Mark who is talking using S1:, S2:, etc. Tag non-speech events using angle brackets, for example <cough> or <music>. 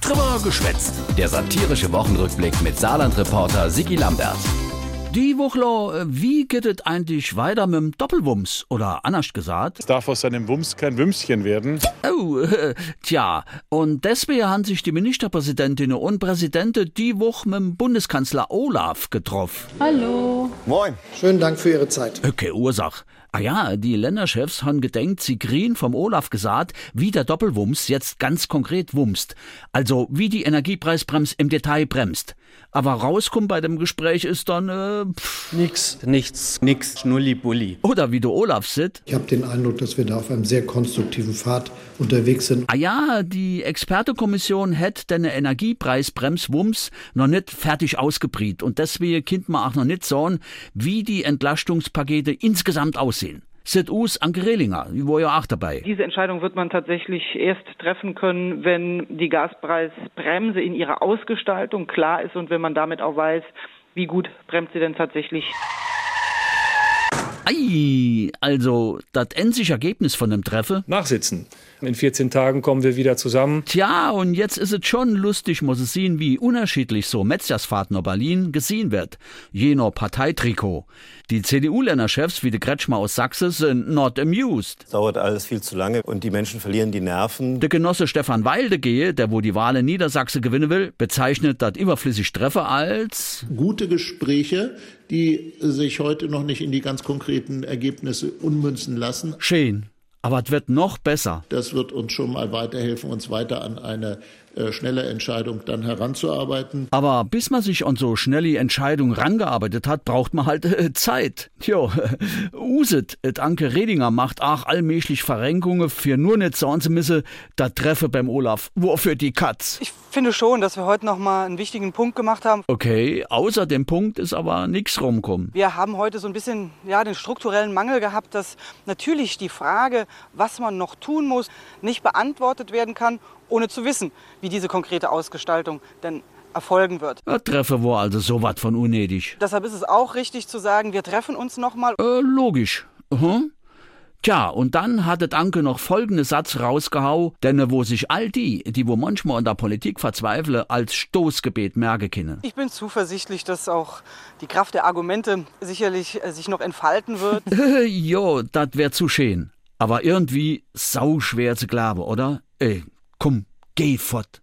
S1: Trimmer geschwätzt. Der satirische Wochenrückblick mit Saarland-Reporter Sigi Lambert.
S2: Die Wuchler, äh, wie geht es eigentlich weiter mit dem Doppelwumms? Oder anders gesagt?
S3: Es darf aus seinem Wumms kein Wümschen werden.
S2: Oh, <laughs> äh, tja. Und deswegen haben sich die Ministerpräsidentinnen und Präsidenten die Woche mit dem Bundeskanzler Olaf getroffen.
S4: Hallo.
S5: Moin.
S6: Schönen Dank für Ihre Zeit.
S2: Okay, Ursach. Ah ja, die Länderchefs haben gedenkt, sie grün vom Olaf gesagt, wie der Doppelwumms jetzt ganz konkret wumst. Also wie die Energiepreisbremse im Detail bremst. Aber rauskommen bei dem Gespräch ist dann, äh, pff,
S6: Nix.
S7: Nichts. Nix. Schnullibulli.
S2: oder wie du Olaf sitzt.
S6: Ich habe den Eindruck, dass wir da auf einem sehr konstruktiven Pfad unterwegs sind.
S2: Ah ja, die Expertekommission hätte den Energiepreisbremswumms noch nicht fertig ausgebriet und deswegen kind man auch noch nicht sagen, wie die Entlastungspakete insgesamt aussehen. ZUs Anke Rehlinger, die war ja auch dabei.
S8: Diese Entscheidung wird man tatsächlich erst treffen können, wenn die Gaspreisbremse in ihrer Ausgestaltung klar ist und wenn man damit auch weiß, wie gut bremst sie denn tatsächlich.
S2: Ei, also das endliche Ergebnis von dem Treffe.
S9: nachsitzen. In 14 Tagen kommen wir wieder zusammen.
S2: Tja, und jetzt ist es schon lustig, muss es sehen, wie unterschiedlich so Metzgersfahrt nach Berlin gesehen wird. Jener Parteitrikot. Die CDU-Länderchefs wie der Kretschmer aus Sachsen sind not amused.
S5: Es dauert alles viel zu lange und die Menschen verlieren die Nerven.
S2: Der Genosse Stefan Weildegehe, der wo die Wahl in Niedersachsen gewinnen will, bezeichnet das überflüssig Treffer als
S10: gute Gespräche, die sich heute noch nicht in die ganz konkreten Ergebnisse ummünzen lassen.
S2: schön. Aber es wird noch besser.
S10: Das wird uns schon mal weiterhelfen, uns weiter an eine äh, schnelle Entscheidung dann heranzuarbeiten.
S2: Aber bis man sich an so schnelle Entscheidungen rangearbeitet hat, braucht man halt äh, Zeit. Jo, <laughs> Uset, et Anke Redinger macht auch allmählich Verrenkungen für nur nicht sagen zu müssen, da treffe beim Olaf. Wofür die Katz?
S8: Ich finde schon, dass wir heute nochmal einen wichtigen Punkt gemacht haben.
S2: Okay, außer dem Punkt ist aber nix rumkommen.
S8: Wir haben heute so ein bisschen ja, den strukturellen Mangel gehabt, dass natürlich die Frage, was man noch tun muss, nicht beantwortet werden kann, ohne zu wissen, wie diese konkrete Ausgestaltung denn erfolgen wird.
S2: Das Treffe war also sowas von unnötig.
S8: Deshalb ist es auch richtig zu sagen, wir treffen uns nochmal.
S2: Äh, logisch. Mhm. Tja, und dann hatte Anke noch folgenden Satz rausgehau, denn wo sich all die, die wo manchmal an der Politik verzweifle, als Stoßgebet merke können. <laughs>
S8: Ich bin zuversichtlich, dass auch die Kraft der Argumente sicherlich äh, sich noch entfalten wird.
S2: Äh, jo, dat wär zu schön. Aber irgendwie sau schwer zu glauben, oder? Ey, komm, Äh, geh fort.